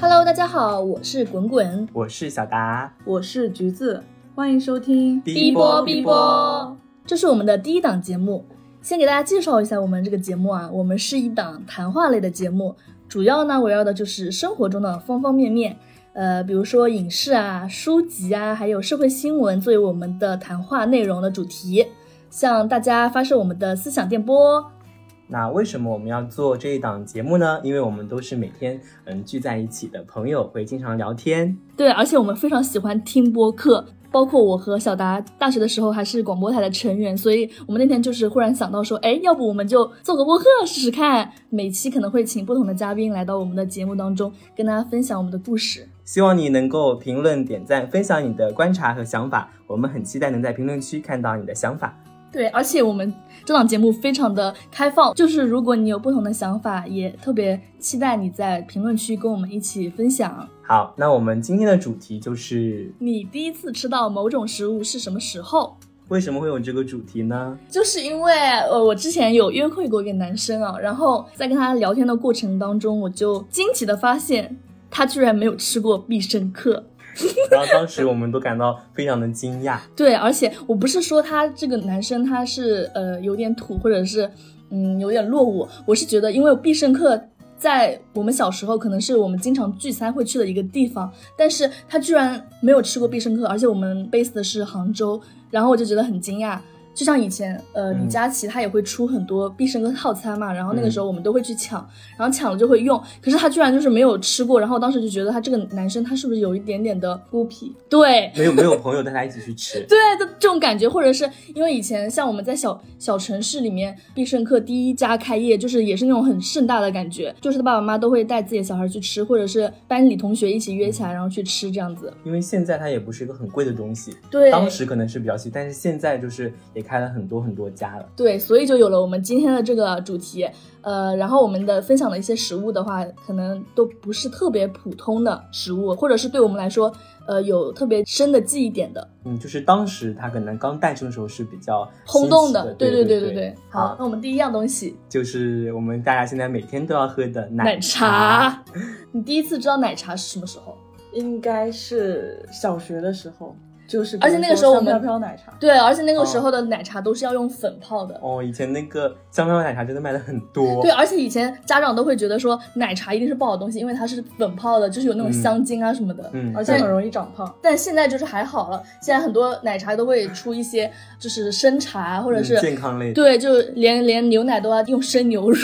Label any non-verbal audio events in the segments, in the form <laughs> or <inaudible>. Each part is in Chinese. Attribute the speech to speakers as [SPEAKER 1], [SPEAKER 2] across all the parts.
[SPEAKER 1] Hello，大家好，我是滚滚，
[SPEAKER 2] 我是小达，
[SPEAKER 3] 我是橘子，欢迎收听。
[SPEAKER 1] 逼波逼波，这是我们的第一档节目。先给大家介绍一下我们这个节目啊，我们是一档谈话类的节目，主要呢围绕的就是生活中的方方面面，呃，比如说影视啊、书籍啊，还有社会新闻作为我们的谈话内容的主题，向大家发射我们的思想电波哦。
[SPEAKER 2] 那为什么我们要做这一档节目呢？因为我们都是每天嗯聚在一起的朋友，会经常聊天。
[SPEAKER 1] 对，而且我们非常喜欢听播客，包括我和小达大学的时候还是广播台的成员，所以我们那天就是忽然想到说，哎，要不我们就做个播客试试看，每期可能会请不同的嘉宾来到我们的节目当中，跟大家分享我们的故事。
[SPEAKER 2] 希望你能够评论、点赞、分享你的观察和想法，我们很期待能在评论区看到你的想法。
[SPEAKER 1] 对，而且我们这档节目非常的开放，就是如果你有不同的想法，也特别期待你在评论区跟我们一起分享。
[SPEAKER 2] 好，那我们今天的主题就是
[SPEAKER 1] 你第一次吃到某种食物是什么时候？
[SPEAKER 2] 为什么会有这个主题呢？
[SPEAKER 1] 就是因为呃，我之前有约会过一个男生啊，然后在跟他聊天的过程当中，我就惊奇的发现他居然没有吃过必胜客。
[SPEAKER 2] 然后当时我们都感到非常的惊讶，
[SPEAKER 1] 对，而且我不是说他这个男生他是呃有点土，或者是嗯有点落伍，我是觉得因为必胜客。在我们小时候，可能是我们经常聚餐会去的一个地方，但是他居然没有吃过必胜客，而且我们 base 的是杭州，然后我就觉得很惊讶。就像以前，呃，
[SPEAKER 2] 嗯
[SPEAKER 1] 李佳琦他也会出很多必胜客套餐嘛，然后那个
[SPEAKER 2] 嗯
[SPEAKER 1] 时候我们都会去抢，然后抢了就会用，可是他居然就是没有吃过，然后当时就觉得他这个男生他是不是有一点点的
[SPEAKER 3] 孤僻，
[SPEAKER 1] 对，，
[SPEAKER 2] 没有没有朋友带他一起去吃
[SPEAKER 1] 对的这种感觉，或者是因为以前像我们在小小城市里面，必胜客第一家开业，就是也是那种很盛大的感觉，就是爸爸妈妈都会带自己的小孩去吃，或者是班里同学一起约起来然后去吃这样子。
[SPEAKER 2] 因为现在它也不是一个很贵的东西，
[SPEAKER 1] 对，
[SPEAKER 2] 当时可能是比较稀，但是现在就是也开了很多很多家了。
[SPEAKER 1] 对，所以就有了我们今天的这个主题。呃，然后我们的分享的一些食物的话，可能都不是特别普通的食物，或者是对我们来说，呃，有特别深的记忆点的。
[SPEAKER 2] 嗯，就是当时它可能刚诞生的时候是比较
[SPEAKER 1] 轰动
[SPEAKER 2] 的，
[SPEAKER 1] 的，
[SPEAKER 2] 对
[SPEAKER 1] 对
[SPEAKER 2] 对
[SPEAKER 1] 对
[SPEAKER 2] 对。
[SPEAKER 1] 好
[SPEAKER 2] 好，
[SPEAKER 1] 那我们第一样东西，
[SPEAKER 2] 就是我们大家现在每天都要喝的
[SPEAKER 1] 奶
[SPEAKER 2] 茶。
[SPEAKER 1] 茶。你第一次知道奶茶是什么时候？
[SPEAKER 3] 应该是小学的时候，就是
[SPEAKER 1] 而且那个时候我们
[SPEAKER 3] 比如说香飘飘奶茶，
[SPEAKER 1] 对，而且那个时候的奶茶都是要用粉泡的。
[SPEAKER 2] 哦，以前那个香飘飘奶茶真的卖的很多，
[SPEAKER 1] 对，而啊且以前家长都会觉得说奶茶一定是不好的东西，因为它是粉泡的，就是有那种
[SPEAKER 2] 嗯
[SPEAKER 1] 香精啊什么的。
[SPEAKER 2] 嗯，
[SPEAKER 3] 而且
[SPEAKER 2] 对
[SPEAKER 3] 很容易长胖。
[SPEAKER 1] 但现在就是还好了，现在很多奶茶都会出一些就是生茶，或者是、
[SPEAKER 2] 嗯健康类的。
[SPEAKER 1] 对，就连连牛奶都要用生牛乳。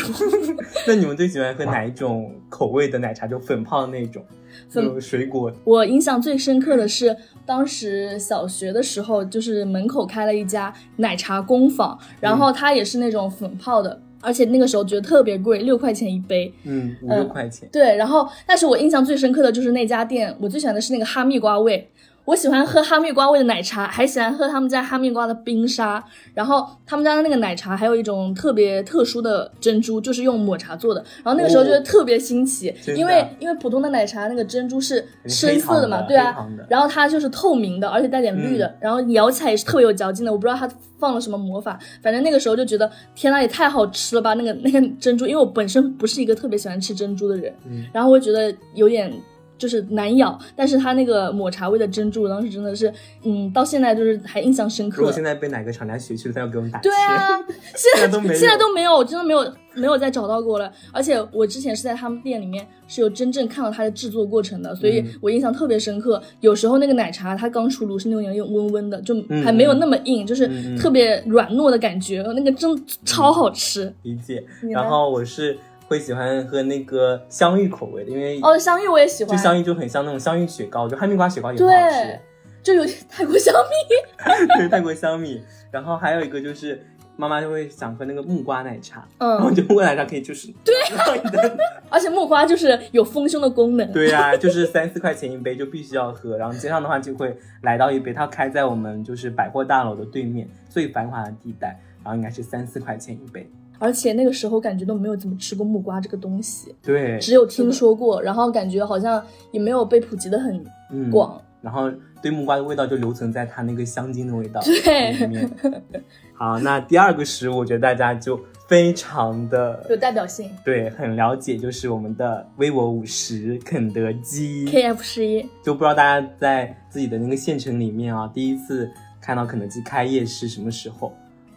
[SPEAKER 2] 那你们最喜欢喝哪一种口味的奶茶？就粉泡的那种，
[SPEAKER 1] 粉
[SPEAKER 2] 有水果
[SPEAKER 1] 我印象最深刻的是，当时小学的时候，就是门口开了一家奶茶工坊，然后它也是那种粉泡的，而且那个时候觉得特别贵，六块钱一杯。
[SPEAKER 2] 嗯，五
[SPEAKER 1] 呃
[SPEAKER 2] 六块钱。
[SPEAKER 1] 对，然后但是我印象最深刻的就是那家店，我最喜欢的是那个哈密瓜味。我喜欢喝哈密瓜味的奶茶，还喜欢喝他们家哈密瓜的冰沙。然后他们家的那个奶茶还有一种特别特殊的珍珠，就是用抹茶做的。然后那个时候觉得特别新奇，
[SPEAKER 2] 真的
[SPEAKER 1] 因为因为普通的奶茶那个珍珠是深色的嘛，
[SPEAKER 2] 黑糖的
[SPEAKER 1] 对
[SPEAKER 2] 黑
[SPEAKER 1] 啊
[SPEAKER 2] 糖的，嗯
[SPEAKER 1] 然后它就是透明的，而且带点绿的，然后咬起来也是特别有嚼劲的。我不知道它放了什么魔法，反正那个时候就觉得天啊呐，也太好吃了吧！那个 <laughs> 那个珍珠，因为我本身不是一个特别喜欢吃珍珠的人，
[SPEAKER 2] 嗯
[SPEAKER 1] 然后我觉得有点就是难咬，但是它那个抹茶味的珍珠，我当时真的是，嗯，到现在就是还印象深
[SPEAKER 2] 如
[SPEAKER 1] 刻
[SPEAKER 2] 果。现在被哪个厂家学去了，他要给我们打钱。
[SPEAKER 1] <laughs> 对啊，
[SPEAKER 2] 现在都没有
[SPEAKER 1] 现在都没有，我真的没有没有再找到过了。而且我之前是在他们店里面是有真正看到它的制作过程的，所以
[SPEAKER 2] 嗯
[SPEAKER 1] 我印象特别深刻。有时候那个奶茶它刚出炉是那种有点温温的，就
[SPEAKER 2] 嗯
[SPEAKER 1] 还没有那么硬，就是
[SPEAKER 2] 嗯嗯
[SPEAKER 1] 特别软糯的感觉，那个真超好吃。
[SPEAKER 2] 嗯理解。
[SPEAKER 1] 你呢
[SPEAKER 2] 然后我是会喜欢喝那个香芋口味的，因为
[SPEAKER 1] 哦，香芋我也喜
[SPEAKER 2] 就
[SPEAKER 1] 欢，
[SPEAKER 2] 香芋就很像那种香芋雪糕，就哈密瓜雪糕也很好吃
[SPEAKER 1] 对。就有点泰国香蜜。
[SPEAKER 2] <laughs> 对，泰国香米。然后还有一个就是妈妈就会想喝那个木瓜奶茶，然后
[SPEAKER 1] 嗯，
[SPEAKER 2] 就木瓜奶茶可以就是 <laughs> 对
[SPEAKER 1] 而且木瓜就是有丰胸的功能。
[SPEAKER 2] 对呀、就是三四块钱一杯就必须要喝。然后街上的话就会来到一杯，它开在我们就是百货大楼的对面最繁华的地带，然后应该是三四块钱一杯。
[SPEAKER 1] 而且那个时候感觉都没有怎么吃过木瓜这个东西，
[SPEAKER 2] 对，
[SPEAKER 1] 只有听说过，然后感觉好像也没有被普及的很
[SPEAKER 2] 嗯
[SPEAKER 1] 广。
[SPEAKER 2] 然后所以木瓜的味道就留存在它那个香精的味道
[SPEAKER 1] 对
[SPEAKER 2] 里面。好，那第二个食物，我觉得大家就非常的
[SPEAKER 1] 有代表性。
[SPEAKER 2] 对，很了解，就是我们的 vivo 五十肯德基。
[SPEAKER 1] KF 十一，
[SPEAKER 2] 就不知道大家在自己的那个县城里面啊，第一次看到肯德基开业是什么时候？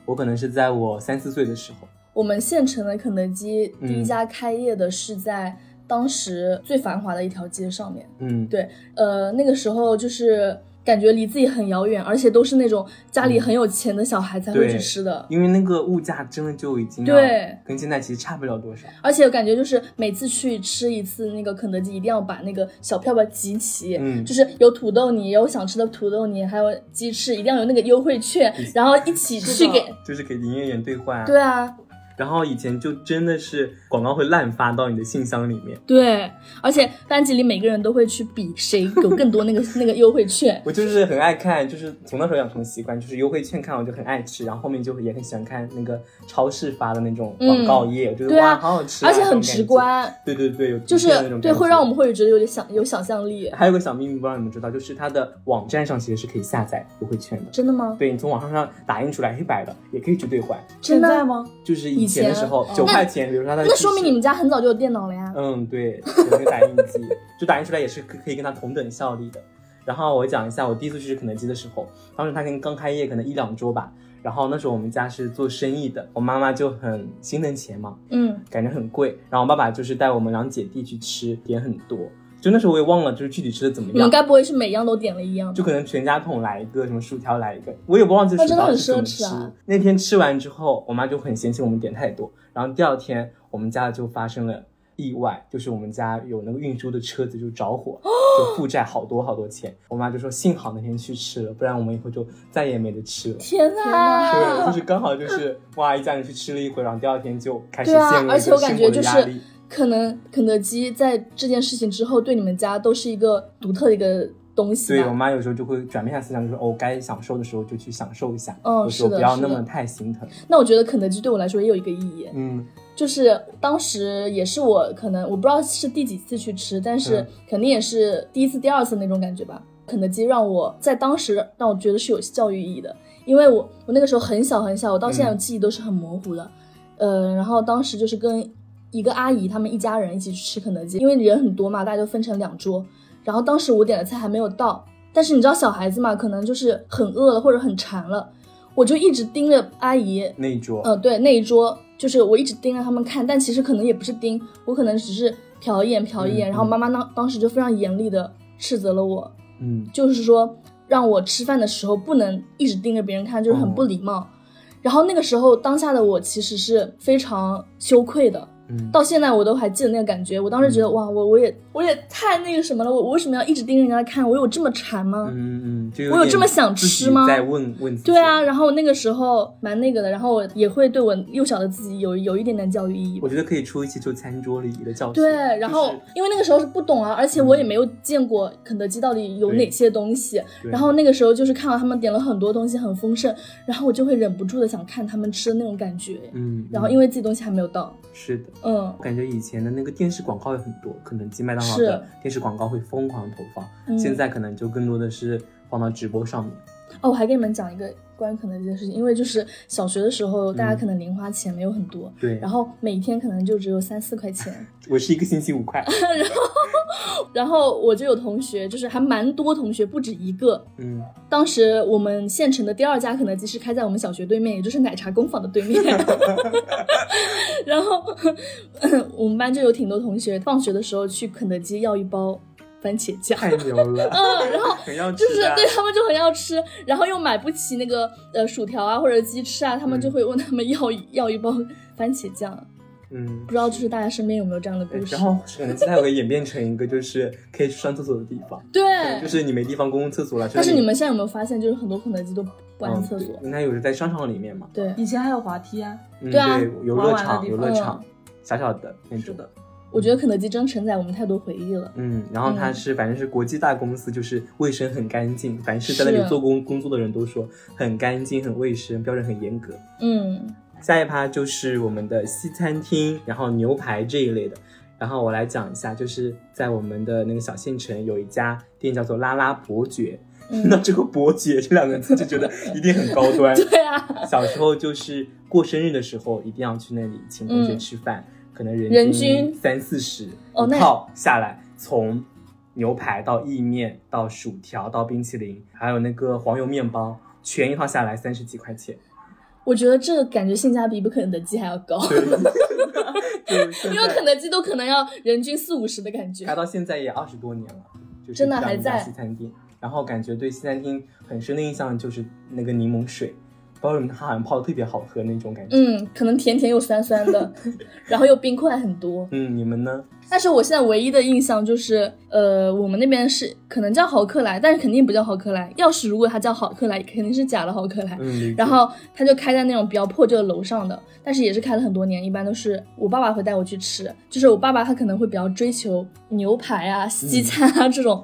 [SPEAKER 2] 我可能是在我三四岁的时候，
[SPEAKER 1] 我们县城的肯德基
[SPEAKER 2] 嗯
[SPEAKER 1] 第一家开业的是在当时最繁华的一条街上面。
[SPEAKER 2] 嗯，
[SPEAKER 1] 对呃，那个时候就是感觉离自己很遥远，而且都是那种家里很有钱的小孩才会去
[SPEAKER 2] 嗯对
[SPEAKER 1] 吃的。
[SPEAKER 2] 因为那个物价真的就已经要
[SPEAKER 1] 对
[SPEAKER 2] 跟现在其实差不了多少，
[SPEAKER 1] 而且感觉就是每次去吃一次那个肯德基，一定要把那个小票票集齐，
[SPEAKER 2] 嗯
[SPEAKER 1] 就是有土豆泥，有想吃的土豆泥，还有鸡翅，一定要有那个优惠券，
[SPEAKER 2] 嗯
[SPEAKER 1] 然后一起
[SPEAKER 3] 是
[SPEAKER 1] 去
[SPEAKER 3] 的
[SPEAKER 1] 给。
[SPEAKER 2] 就是给营业员兑换啊。
[SPEAKER 1] 对啊，
[SPEAKER 2] 然后以前就真的是广告会滥发到你的信箱里面。
[SPEAKER 1] 对，而且班级里每个人都会去比谁有更多那个 <laughs> 那个优惠券。
[SPEAKER 2] 我就是很爱看，就是从那时候养成习惯，就是优惠券看我就很爱吃，然后后面就也很喜欢看那个超市发的那种广告页，我就是
[SPEAKER 1] 对啊
[SPEAKER 2] 哇，好好吃、啊，
[SPEAKER 1] 而且
[SPEAKER 2] 这种
[SPEAKER 1] 很
[SPEAKER 2] 感
[SPEAKER 1] 直
[SPEAKER 2] 觉。
[SPEAKER 1] 观，
[SPEAKER 2] 对对对，有
[SPEAKER 1] 就是
[SPEAKER 2] 图片的那种
[SPEAKER 1] 对，
[SPEAKER 2] 感
[SPEAKER 1] 会
[SPEAKER 2] 觉
[SPEAKER 1] 让我们会觉得有点想有想象力。
[SPEAKER 2] 还有个小秘密，不知道你们知道，就是它的网站上其实是可以下载优惠券的。
[SPEAKER 1] 真的吗？
[SPEAKER 2] 对你从网上上打印出来黑白的，也可以去兑换。
[SPEAKER 1] 真
[SPEAKER 3] 现在
[SPEAKER 1] 的？啊
[SPEAKER 3] 吗？
[SPEAKER 2] 就是以前的时候
[SPEAKER 3] 以，前
[SPEAKER 2] 九块钱，比如说它的
[SPEAKER 1] 那说明你
[SPEAKER 2] 70
[SPEAKER 1] 们家很早就有电脑了 <laughs> 呀。
[SPEAKER 2] 嗯，对，有那个打印机，就打印出来也是可可以跟它同等效力的。然后我讲一下我第一次去吃肯德基的时候，当时它跟刚开业可能一两周吧。然后那时候我们家是做生意的，我妈妈就很心疼钱嘛，
[SPEAKER 1] 嗯，
[SPEAKER 2] 感觉很贵。然后我爸爸就是带我们两姐弟去吃，点很多。就那时候我也忘了，就是具体吃的怎么
[SPEAKER 1] 你们
[SPEAKER 2] 样，
[SPEAKER 1] 该不会是每样都点了一样吧？
[SPEAKER 2] 就可能全家桶来一个，什么薯条来一个，我也不忘记
[SPEAKER 1] 那
[SPEAKER 2] 薯
[SPEAKER 1] 真的
[SPEAKER 2] 条
[SPEAKER 1] 很
[SPEAKER 2] 是怎么
[SPEAKER 1] 奢
[SPEAKER 2] 吃
[SPEAKER 1] 侈啊。
[SPEAKER 2] 那天吃完之后，我妈就很嫌弃我们点太多，然后第二天我们家就发生了意外，就是我们家有那个运输的车子就
[SPEAKER 1] <gasps>
[SPEAKER 2] 着火，就负债好多好多钱。我妈就说幸好那天去吃了，不然我们以后就再也没得吃了。
[SPEAKER 1] 天
[SPEAKER 3] 天
[SPEAKER 1] 呐！
[SPEAKER 3] 哪
[SPEAKER 2] 对，就是刚好就是哇，一家人去吃了一回，然后第二天就开始
[SPEAKER 1] 对啊
[SPEAKER 2] 陷入
[SPEAKER 1] 而
[SPEAKER 2] 一
[SPEAKER 1] 且我
[SPEAKER 2] 个
[SPEAKER 1] 感
[SPEAKER 2] 生
[SPEAKER 1] 觉
[SPEAKER 2] 活
[SPEAKER 1] 就
[SPEAKER 2] 的
[SPEAKER 1] 是
[SPEAKER 2] 压力。
[SPEAKER 1] 可能肯德基在这件事情之后，对你们家都是一个独特的一个东西
[SPEAKER 2] 对我
[SPEAKER 1] 吧。
[SPEAKER 2] 妈有时候就会转变一下思想，就说哦，该享受的时候就去享受一下，
[SPEAKER 1] 嗯
[SPEAKER 2] 有时
[SPEAKER 1] 是
[SPEAKER 2] 候
[SPEAKER 1] 的
[SPEAKER 2] 不要
[SPEAKER 1] 是
[SPEAKER 2] 那
[SPEAKER 1] 的
[SPEAKER 2] 么太心疼。
[SPEAKER 1] 那我觉得肯德基对我来说也有一个意义，
[SPEAKER 2] 嗯，
[SPEAKER 1] 就是当时也是我可能我不知道是第几次去吃，但是
[SPEAKER 2] 嗯
[SPEAKER 1] 肯定也是第一次、第二次那种感觉吧。肯德基让我在当时让我觉得是有教育意义的，因为我我那个时候很小很小，我到现在
[SPEAKER 2] 嗯
[SPEAKER 1] 记忆都是很模糊的。呃，然后当时就是跟一个阿姨他们一家人一起去吃肯德基，因为人很多嘛，大家就分成两桌。然后当时我点的菜还没有到，但是你知道小孩子嘛，可能就是很饿了或者很馋了，我就一直盯着阿姨
[SPEAKER 2] 那一桌，
[SPEAKER 1] 呃，对，那一桌就是我一直盯着他们看，但其实可能也不是盯，我可能只是瞟一眼瞟一眼，
[SPEAKER 2] 嗯
[SPEAKER 1] 然后妈妈当当时就非常严厉的斥责了我，
[SPEAKER 2] 嗯，
[SPEAKER 1] 就是说让我吃饭的时候不能一直盯着别人看，就是很不
[SPEAKER 2] 哦
[SPEAKER 1] 礼貌。然后那个时候，当下的我其实是非常羞愧的，
[SPEAKER 2] 嗯
[SPEAKER 1] 到现在我都还记得那个感觉。我当时觉得，哇，我我也我也太那个什么了，我我为什么要一直盯着人家看？我有这么馋吗？
[SPEAKER 2] 嗯嗯，嗯，就
[SPEAKER 1] 我有
[SPEAKER 2] 点
[SPEAKER 1] 这么想
[SPEAKER 2] 自己
[SPEAKER 1] 吃吗
[SPEAKER 2] 在问问自己
[SPEAKER 1] 对啊，，然后那个时候蛮那个的，然后我也会对我幼小的自己有有一点点教育意义吧
[SPEAKER 2] 我。觉得可以出一期就餐桌礼仪的教学。
[SPEAKER 1] 对，然后、
[SPEAKER 2] 就是嗯
[SPEAKER 1] 因为那个时候是不懂啊，而且我也没有见过肯德基到底有哪些东西。
[SPEAKER 2] 对
[SPEAKER 1] 然后那个时候就是看到他们点了很多东西，很丰盛，然后我就会忍不住的想看他们吃的那种感觉。
[SPEAKER 2] 嗯，
[SPEAKER 1] 然后因为自己东西还没有到，
[SPEAKER 2] 嗯是的，
[SPEAKER 1] 嗯
[SPEAKER 2] 我感觉以前的那个电视广告也很多，肯德基、麦当劳的电视广告会疯狂投放，
[SPEAKER 1] 嗯。
[SPEAKER 2] 现在可能就更多的是放到直播上面。
[SPEAKER 1] 哦，我还给你们讲一个关于肯德基的事情，因为就是小学的时候，大家
[SPEAKER 2] 嗯
[SPEAKER 1] 可能零花钱没有很多，
[SPEAKER 2] 对，
[SPEAKER 1] 然后每天可能就只有三四块钱。 <laughs>
[SPEAKER 2] 我是一个星期五块，
[SPEAKER 1] 然后我就有同学，就是还蛮多同学，不止一个，
[SPEAKER 2] 嗯，
[SPEAKER 1] 当时我们县城的第二家肯德基是开在我们小学对面，也就是奶茶工坊的对
[SPEAKER 2] <laughs>
[SPEAKER 1] 面。然后我们班就有挺多同学，放学的时候去肯德基要一包番茄酱，
[SPEAKER 2] 太牛了，
[SPEAKER 1] 嗯，然后。
[SPEAKER 2] <laughs> 很要吃
[SPEAKER 1] 就是
[SPEAKER 2] 的啊
[SPEAKER 1] 对他们就很要吃，然后又买不起那个呃薯条啊或者鸡翅啊，他们就会问他们要一、要一包番茄酱。
[SPEAKER 2] 嗯
[SPEAKER 1] 不。知道就是大家身边有没有这样的故
[SPEAKER 2] 对
[SPEAKER 1] 事？
[SPEAKER 2] 然后肯德基它也会演变成一个就是可以去上厕所的地方，
[SPEAKER 1] 对，
[SPEAKER 2] 就是你没地方公共厕所了。
[SPEAKER 1] 但是
[SPEAKER 2] 你
[SPEAKER 1] 你们现在有没有发现，就是很多肯德基都不安厕所？
[SPEAKER 2] 嗯应该有时在商场里面嘛，
[SPEAKER 1] 对，
[SPEAKER 3] 以前还有滑梯啊，
[SPEAKER 2] 嗯，
[SPEAKER 1] 对啊
[SPEAKER 2] 游
[SPEAKER 3] 玩
[SPEAKER 2] 乐
[SPEAKER 3] 玩的
[SPEAKER 2] 场，
[SPEAKER 3] 地
[SPEAKER 2] 游
[SPEAKER 3] 方
[SPEAKER 1] 嗯
[SPEAKER 2] 乐场，小小的那
[SPEAKER 3] 是
[SPEAKER 2] 种。
[SPEAKER 3] 的，
[SPEAKER 1] 我觉得肯德基真承载我们太多回忆了。
[SPEAKER 2] 嗯，然后它
[SPEAKER 1] 嗯
[SPEAKER 2] 是反正是国际大公司，就是卫生很干净，凡是在那里
[SPEAKER 1] 是
[SPEAKER 2] 做工工作的人都说很干净、很卫生，标准很严格。
[SPEAKER 1] 嗯，
[SPEAKER 2] 下一趴就是我们的西餐厅，然后牛排这一类的。然后我 <laughs> 来讲一下，就是在我们的那个小县城有一家店叫做拉拉伯爵，
[SPEAKER 1] 嗯
[SPEAKER 2] 听到这个“伯爵”这两个字就觉得一定很高端。
[SPEAKER 1] <laughs> 对啊，
[SPEAKER 2] 小时候就是过生日的时候，一定要去那里请同学吃饭，可能人
[SPEAKER 1] 嗯人
[SPEAKER 2] 均
[SPEAKER 1] 均
[SPEAKER 2] 三四十
[SPEAKER 1] 哦
[SPEAKER 2] 一
[SPEAKER 1] 那
[SPEAKER 2] 套下来，从牛排到意面到薯条到冰淇淋，还有那个黄油面包，全一套下来三十几块
[SPEAKER 1] <laughs>
[SPEAKER 2] 钱。
[SPEAKER 1] 我觉得这感觉性价比比肯德基还要高，
[SPEAKER 2] 对， <laughs> 就是
[SPEAKER 1] <laughs>
[SPEAKER 2] 现
[SPEAKER 1] 因为
[SPEAKER 2] 在
[SPEAKER 1] 肯德基都可能要人均四五十的感觉
[SPEAKER 2] 开。到现在也二十多年了，就是
[SPEAKER 1] 真的
[SPEAKER 2] 这样
[SPEAKER 1] 还
[SPEAKER 2] 一家
[SPEAKER 1] 在
[SPEAKER 2] 西餐厅。然后感觉对西餐厅很深的印象就是那个柠檬水，不知道为什么它好像泡的特别好喝那种感觉。
[SPEAKER 1] 嗯，可能甜甜又酸酸
[SPEAKER 2] <laughs>
[SPEAKER 1] 的，然后又冰块很多。
[SPEAKER 2] 嗯，你们呢？
[SPEAKER 1] 但是我现在唯一的印象就是，呃，我们那边是可能叫好客来，但是肯定不叫好客来。要是如果它叫好客来，肯定是假的好客来。
[SPEAKER 2] 嗯，理解
[SPEAKER 1] 然后它就开在那种比较破旧的楼上的，但是也是开了很多年，一般都是我爸爸会带我去吃。就是我爸爸他可能会比较追求牛排啊、
[SPEAKER 3] 嗯
[SPEAKER 1] 西餐啊、这种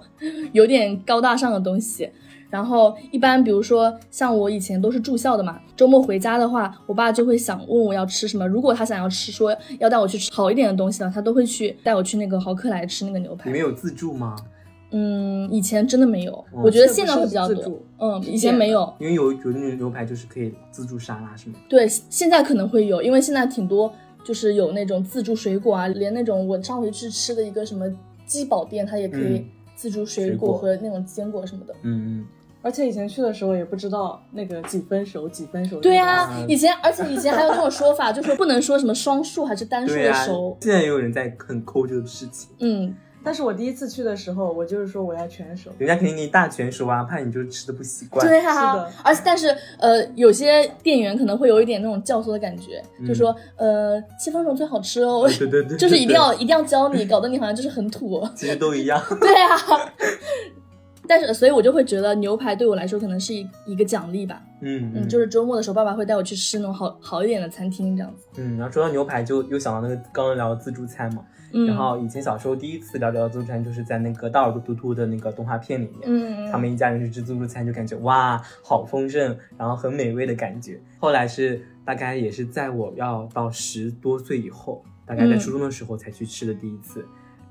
[SPEAKER 1] 有点高大上的东西。然后一般比如说像我以前都是住校的嘛，周末回家的话，我爸就会想问我要吃什么。如果他想要吃，说要带我去吃好一点的东西了，他都会去带我去那个豪客来吃那个牛
[SPEAKER 2] 你
[SPEAKER 1] 排
[SPEAKER 2] 们。有自助吗？
[SPEAKER 1] 嗯，以前真的没有，
[SPEAKER 2] 嗯
[SPEAKER 1] 我觉得
[SPEAKER 3] 是
[SPEAKER 1] 现在会
[SPEAKER 3] 不哦是
[SPEAKER 1] 比较
[SPEAKER 3] 自
[SPEAKER 1] 多
[SPEAKER 3] 助。
[SPEAKER 1] 嗯，
[SPEAKER 3] 是
[SPEAKER 1] 以前
[SPEAKER 3] 这
[SPEAKER 1] 没
[SPEAKER 3] 样
[SPEAKER 1] 有。
[SPEAKER 2] 因为有有那种牛排就是可以自助沙拉什么的。
[SPEAKER 1] 对，现在可能会有，因为现在挺多就是有那种自助水果啊，连那种我上回去吃的一个什么鸡堡店，它也可以
[SPEAKER 2] 嗯
[SPEAKER 1] 自助水
[SPEAKER 2] 水
[SPEAKER 1] 果
[SPEAKER 2] 果
[SPEAKER 1] 和那种坚果什么的。
[SPEAKER 2] 嗯嗯，
[SPEAKER 3] 而且以前去的时候也不知道那个几分熟几分熟。
[SPEAKER 1] 对啊呀、
[SPEAKER 2] 嗯
[SPEAKER 1] 以前而且以前还有那种说法，就是不能说什么双数还是单数
[SPEAKER 2] 对啊
[SPEAKER 1] 的
[SPEAKER 2] 呀、
[SPEAKER 1] 熟。
[SPEAKER 2] 现在也有人在很抠这个事情，
[SPEAKER 1] 嗯，
[SPEAKER 3] 但是我第一次去的时候，我就是说我要全熟。
[SPEAKER 2] 人家肯定给你大全熟啊，怕你就是吃的不习惯。
[SPEAKER 1] 对啊
[SPEAKER 3] 是的，
[SPEAKER 1] 而且但是呃，有些店员可能会有一点那种教唆的感觉，
[SPEAKER 2] 嗯
[SPEAKER 1] 就说呃七分熟最好吃哦，
[SPEAKER 2] 对对对，
[SPEAKER 1] 就是一定要
[SPEAKER 2] 对，
[SPEAKER 1] 一定要教你，搞得你好像就是很土。哦
[SPEAKER 2] 对其实都一样。
[SPEAKER 1] <laughs> 对啊，但是所以我就会觉得牛排对我来说可能是一一个奖励吧。
[SPEAKER 2] 嗯
[SPEAKER 1] 嗯，就是周末的时候，爸爸会带我去吃那种好好一点的餐厅，这样子。
[SPEAKER 2] 嗯，然后说到牛排，就又想到那个刚刚聊的自助餐嘛。
[SPEAKER 1] 嗯，
[SPEAKER 2] 然后以前小时候第一次聊聊自助餐，就是在那个大耳朵图图的那个动画片里面。
[SPEAKER 1] 嗯，嗯
[SPEAKER 2] 他们一家人去吃自助餐，就感觉哇，好丰盛，然后很美味的感觉。后来是大概也是在我要到十多岁以后，大概在
[SPEAKER 1] 嗯
[SPEAKER 2] 初中的时候才去吃的第一次，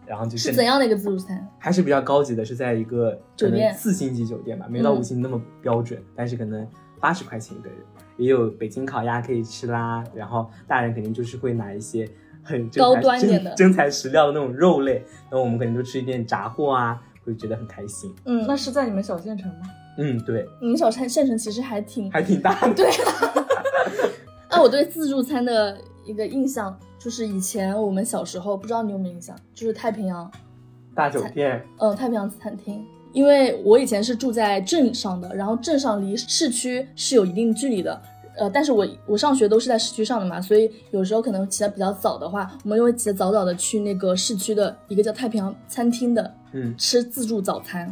[SPEAKER 2] 然后就是更
[SPEAKER 1] 怎样的一个自助餐？
[SPEAKER 2] 还是比较高级的，是在一个
[SPEAKER 1] 酒店
[SPEAKER 2] 可能四星级酒店吧，没到
[SPEAKER 1] 嗯
[SPEAKER 2] 五星那么标准，但是可能八十块钱一个人，也有北京烤鸭可以吃啦。然后大人肯定就是会拿一些很真材
[SPEAKER 1] 高端一点的
[SPEAKER 2] <laughs> 真真材实料的那种肉类，那我们肯定就吃一点炸货啊，会觉得很开心。
[SPEAKER 1] 嗯，
[SPEAKER 3] 那是在你们小县城吗？
[SPEAKER 2] 嗯，对，
[SPEAKER 1] 你们小餐县城其实还挺……
[SPEAKER 2] 还挺大的。对，
[SPEAKER 1] 那我对自助餐的一个印象就是以前我们小时候，不知道你有没有印象，就是太平洋，
[SPEAKER 2] 大酒店，
[SPEAKER 1] 嗯，太平洋餐厅。因为我以前是住在镇上的，然后镇上离市区是有一定距离的，呃，但是我我上学都是在市区上的嘛，所以有时候可能起得比较早的话，我们就会起得早早的去那个市区的一个叫太平洋餐厅的
[SPEAKER 2] 嗯，
[SPEAKER 1] 吃自助早餐，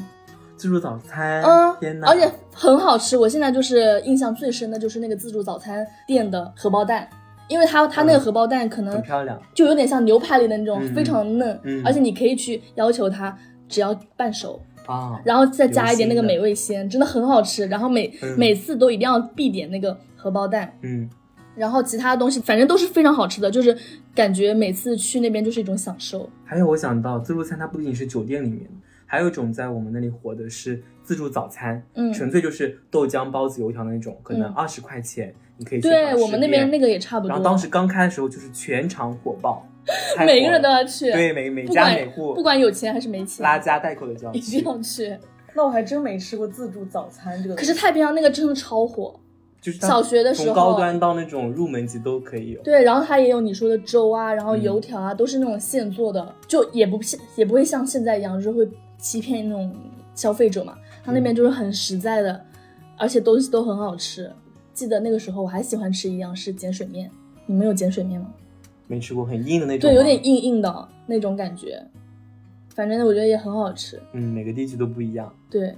[SPEAKER 2] 自助早餐，
[SPEAKER 1] 嗯
[SPEAKER 2] 天，哪，
[SPEAKER 1] 而且很好吃。我现在就是印象最深的就是那个自助早餐店的荷包蛋，因为它它那个荷包蛋可能
[SPEAKER 2] 嗯很漂亮。
[SPEAKER 1] 就有点像牛排里的那种，
[SPEAKER 2] 嗯
[SPEAKER 1] 非常嫩，
[SPEAKER 2] 嗯
[SPEAKER 1] 而且你可以去要求它只要半熟。
[SPEAKER 2] 啊，
[SPEAKER 1] 然后再加一点那个
[SPEAKER 2] 流心的
[SPEAKER 1] 美味鲜，真的很好吃。然后每、
[SPEAKER 2] 嗯
[SPEAKER 1] 每次都一定要必点那个荷包蛋，
[SPEAKER 2] 嗯，
[SPEAKER 1] 然后其他东西反正都是非常好吃的，就是感觉每次去那边就是一种享受。
[SPEAKER 2] 还有我想到自助餐，它不仅是酒店里面，还有一种在我们那里火的是自助早餐，
[SPEAKER 1] 嗯，
[SPEAKER 2] 纯粹就是豆浆、包子、油条那种，可能
[SPEAKER 1] 嗯
[SPEAKER 2] 二十块钱你可以去
[SPEAKER 1] 对我们那边那
[SPEAKER 2] 个。
[SPEAKER 1] 个也差不多。
[SPEAKER 2] 然后当时刚开的时候就是全场火爆，
[SPEAKER 1] <laughs>
[SPEAKER 2] 太
[SPEAKER 1] 每个
[SPEAKER 2] 火
[SPEAKER 1] 人都
[SPEAKER 2] 了
[SPEAKER 1] 要去，
[SPEAKER 2] 对每每
[SPEAKER 1] 不
[SPEAKER 2] 家每
[SPEAKER 1] 管
[SPEAKER 2] 户
[SPEAKER 1] 不管有钱还是没钱，
[SPEAKER 2] 拉家带口的就要
[SPEAKER 1] 一定
[SPEAKER 2] 去，
[SPEAKER 1] 要去。
[SPEAKER 3] 那我还真没吃过自助早餐这个
[SPEAKER 1] 可
[SPEAKER 3] 东
[SPEAKER 1] 是
[SPEAKER 3] 西。
[SPEAKER 1] 太平洋那个真的超火，
[SPEAKER 2] 就是它
[SPEAKER 1] 小学的时候
[SPEAKER 2] 从高端到那种入门级都可以有。
[SPEAKER 1] 对，然后它也有你说的粥啊，然后
[SPEAKER 2] 嗯
[SPEAKER 1] 油条啊，都是那种现做的，就也不是也不会像现在一样，就是会欺骗那种消费者嘛。它那
[SPEAKER 2] 嗯
[SPEAKER 1] 边就是很实在的，而且东西都很好吃。记得那个时候我还喜欢吃一样是碱水面，你们有碱水面吗？
[SPEAKER 2] 没吃过很硬的那种吗，
[SPEAKER 1] 对，有点硬硬的那种感觉，反正我觉得也很好吃。
[SPEAKER 2] 嗯，每个地区都不一样，
[SPEAKER 1] 对，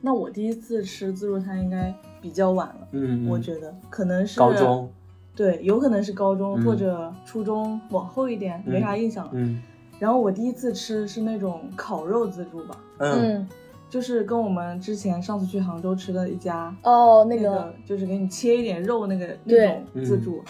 [SPEAKER 3] 那我第一次吃自助餐应该比较晚了，
[SPEAKER 2] 嗯，嗯
[SPEAKER 3] 我觉得可能是
[SPEAKER 2] 高，中，
[SPEAKER 3] 对，有可能是高中、
[SPEAKER 2] 嗯
[SPEAKER 3] 或者初中往后一点，
[SPEAKER 2] 嗯
[SPEAKER 3] 没啥印象了。
[SPEAKER 2] 嗯
[SPEAKER 3] 然后我第一次吃是那种烤肉自助吧，
[SPEAKER 2] 嗯
[SPEAKER 1] 嗯，
[SPEAKER 3] 就是跟我们之前上次去杭州吃的一家
[SPEAKER 1] 哦，那
[SPEAKER 3] 那
[SPEAKER 1] 个，
[SPEAKER 3] 个就是给你切一点肉那个
[SPEAKER 1] 对
[SPEAKER 3] 那种自助。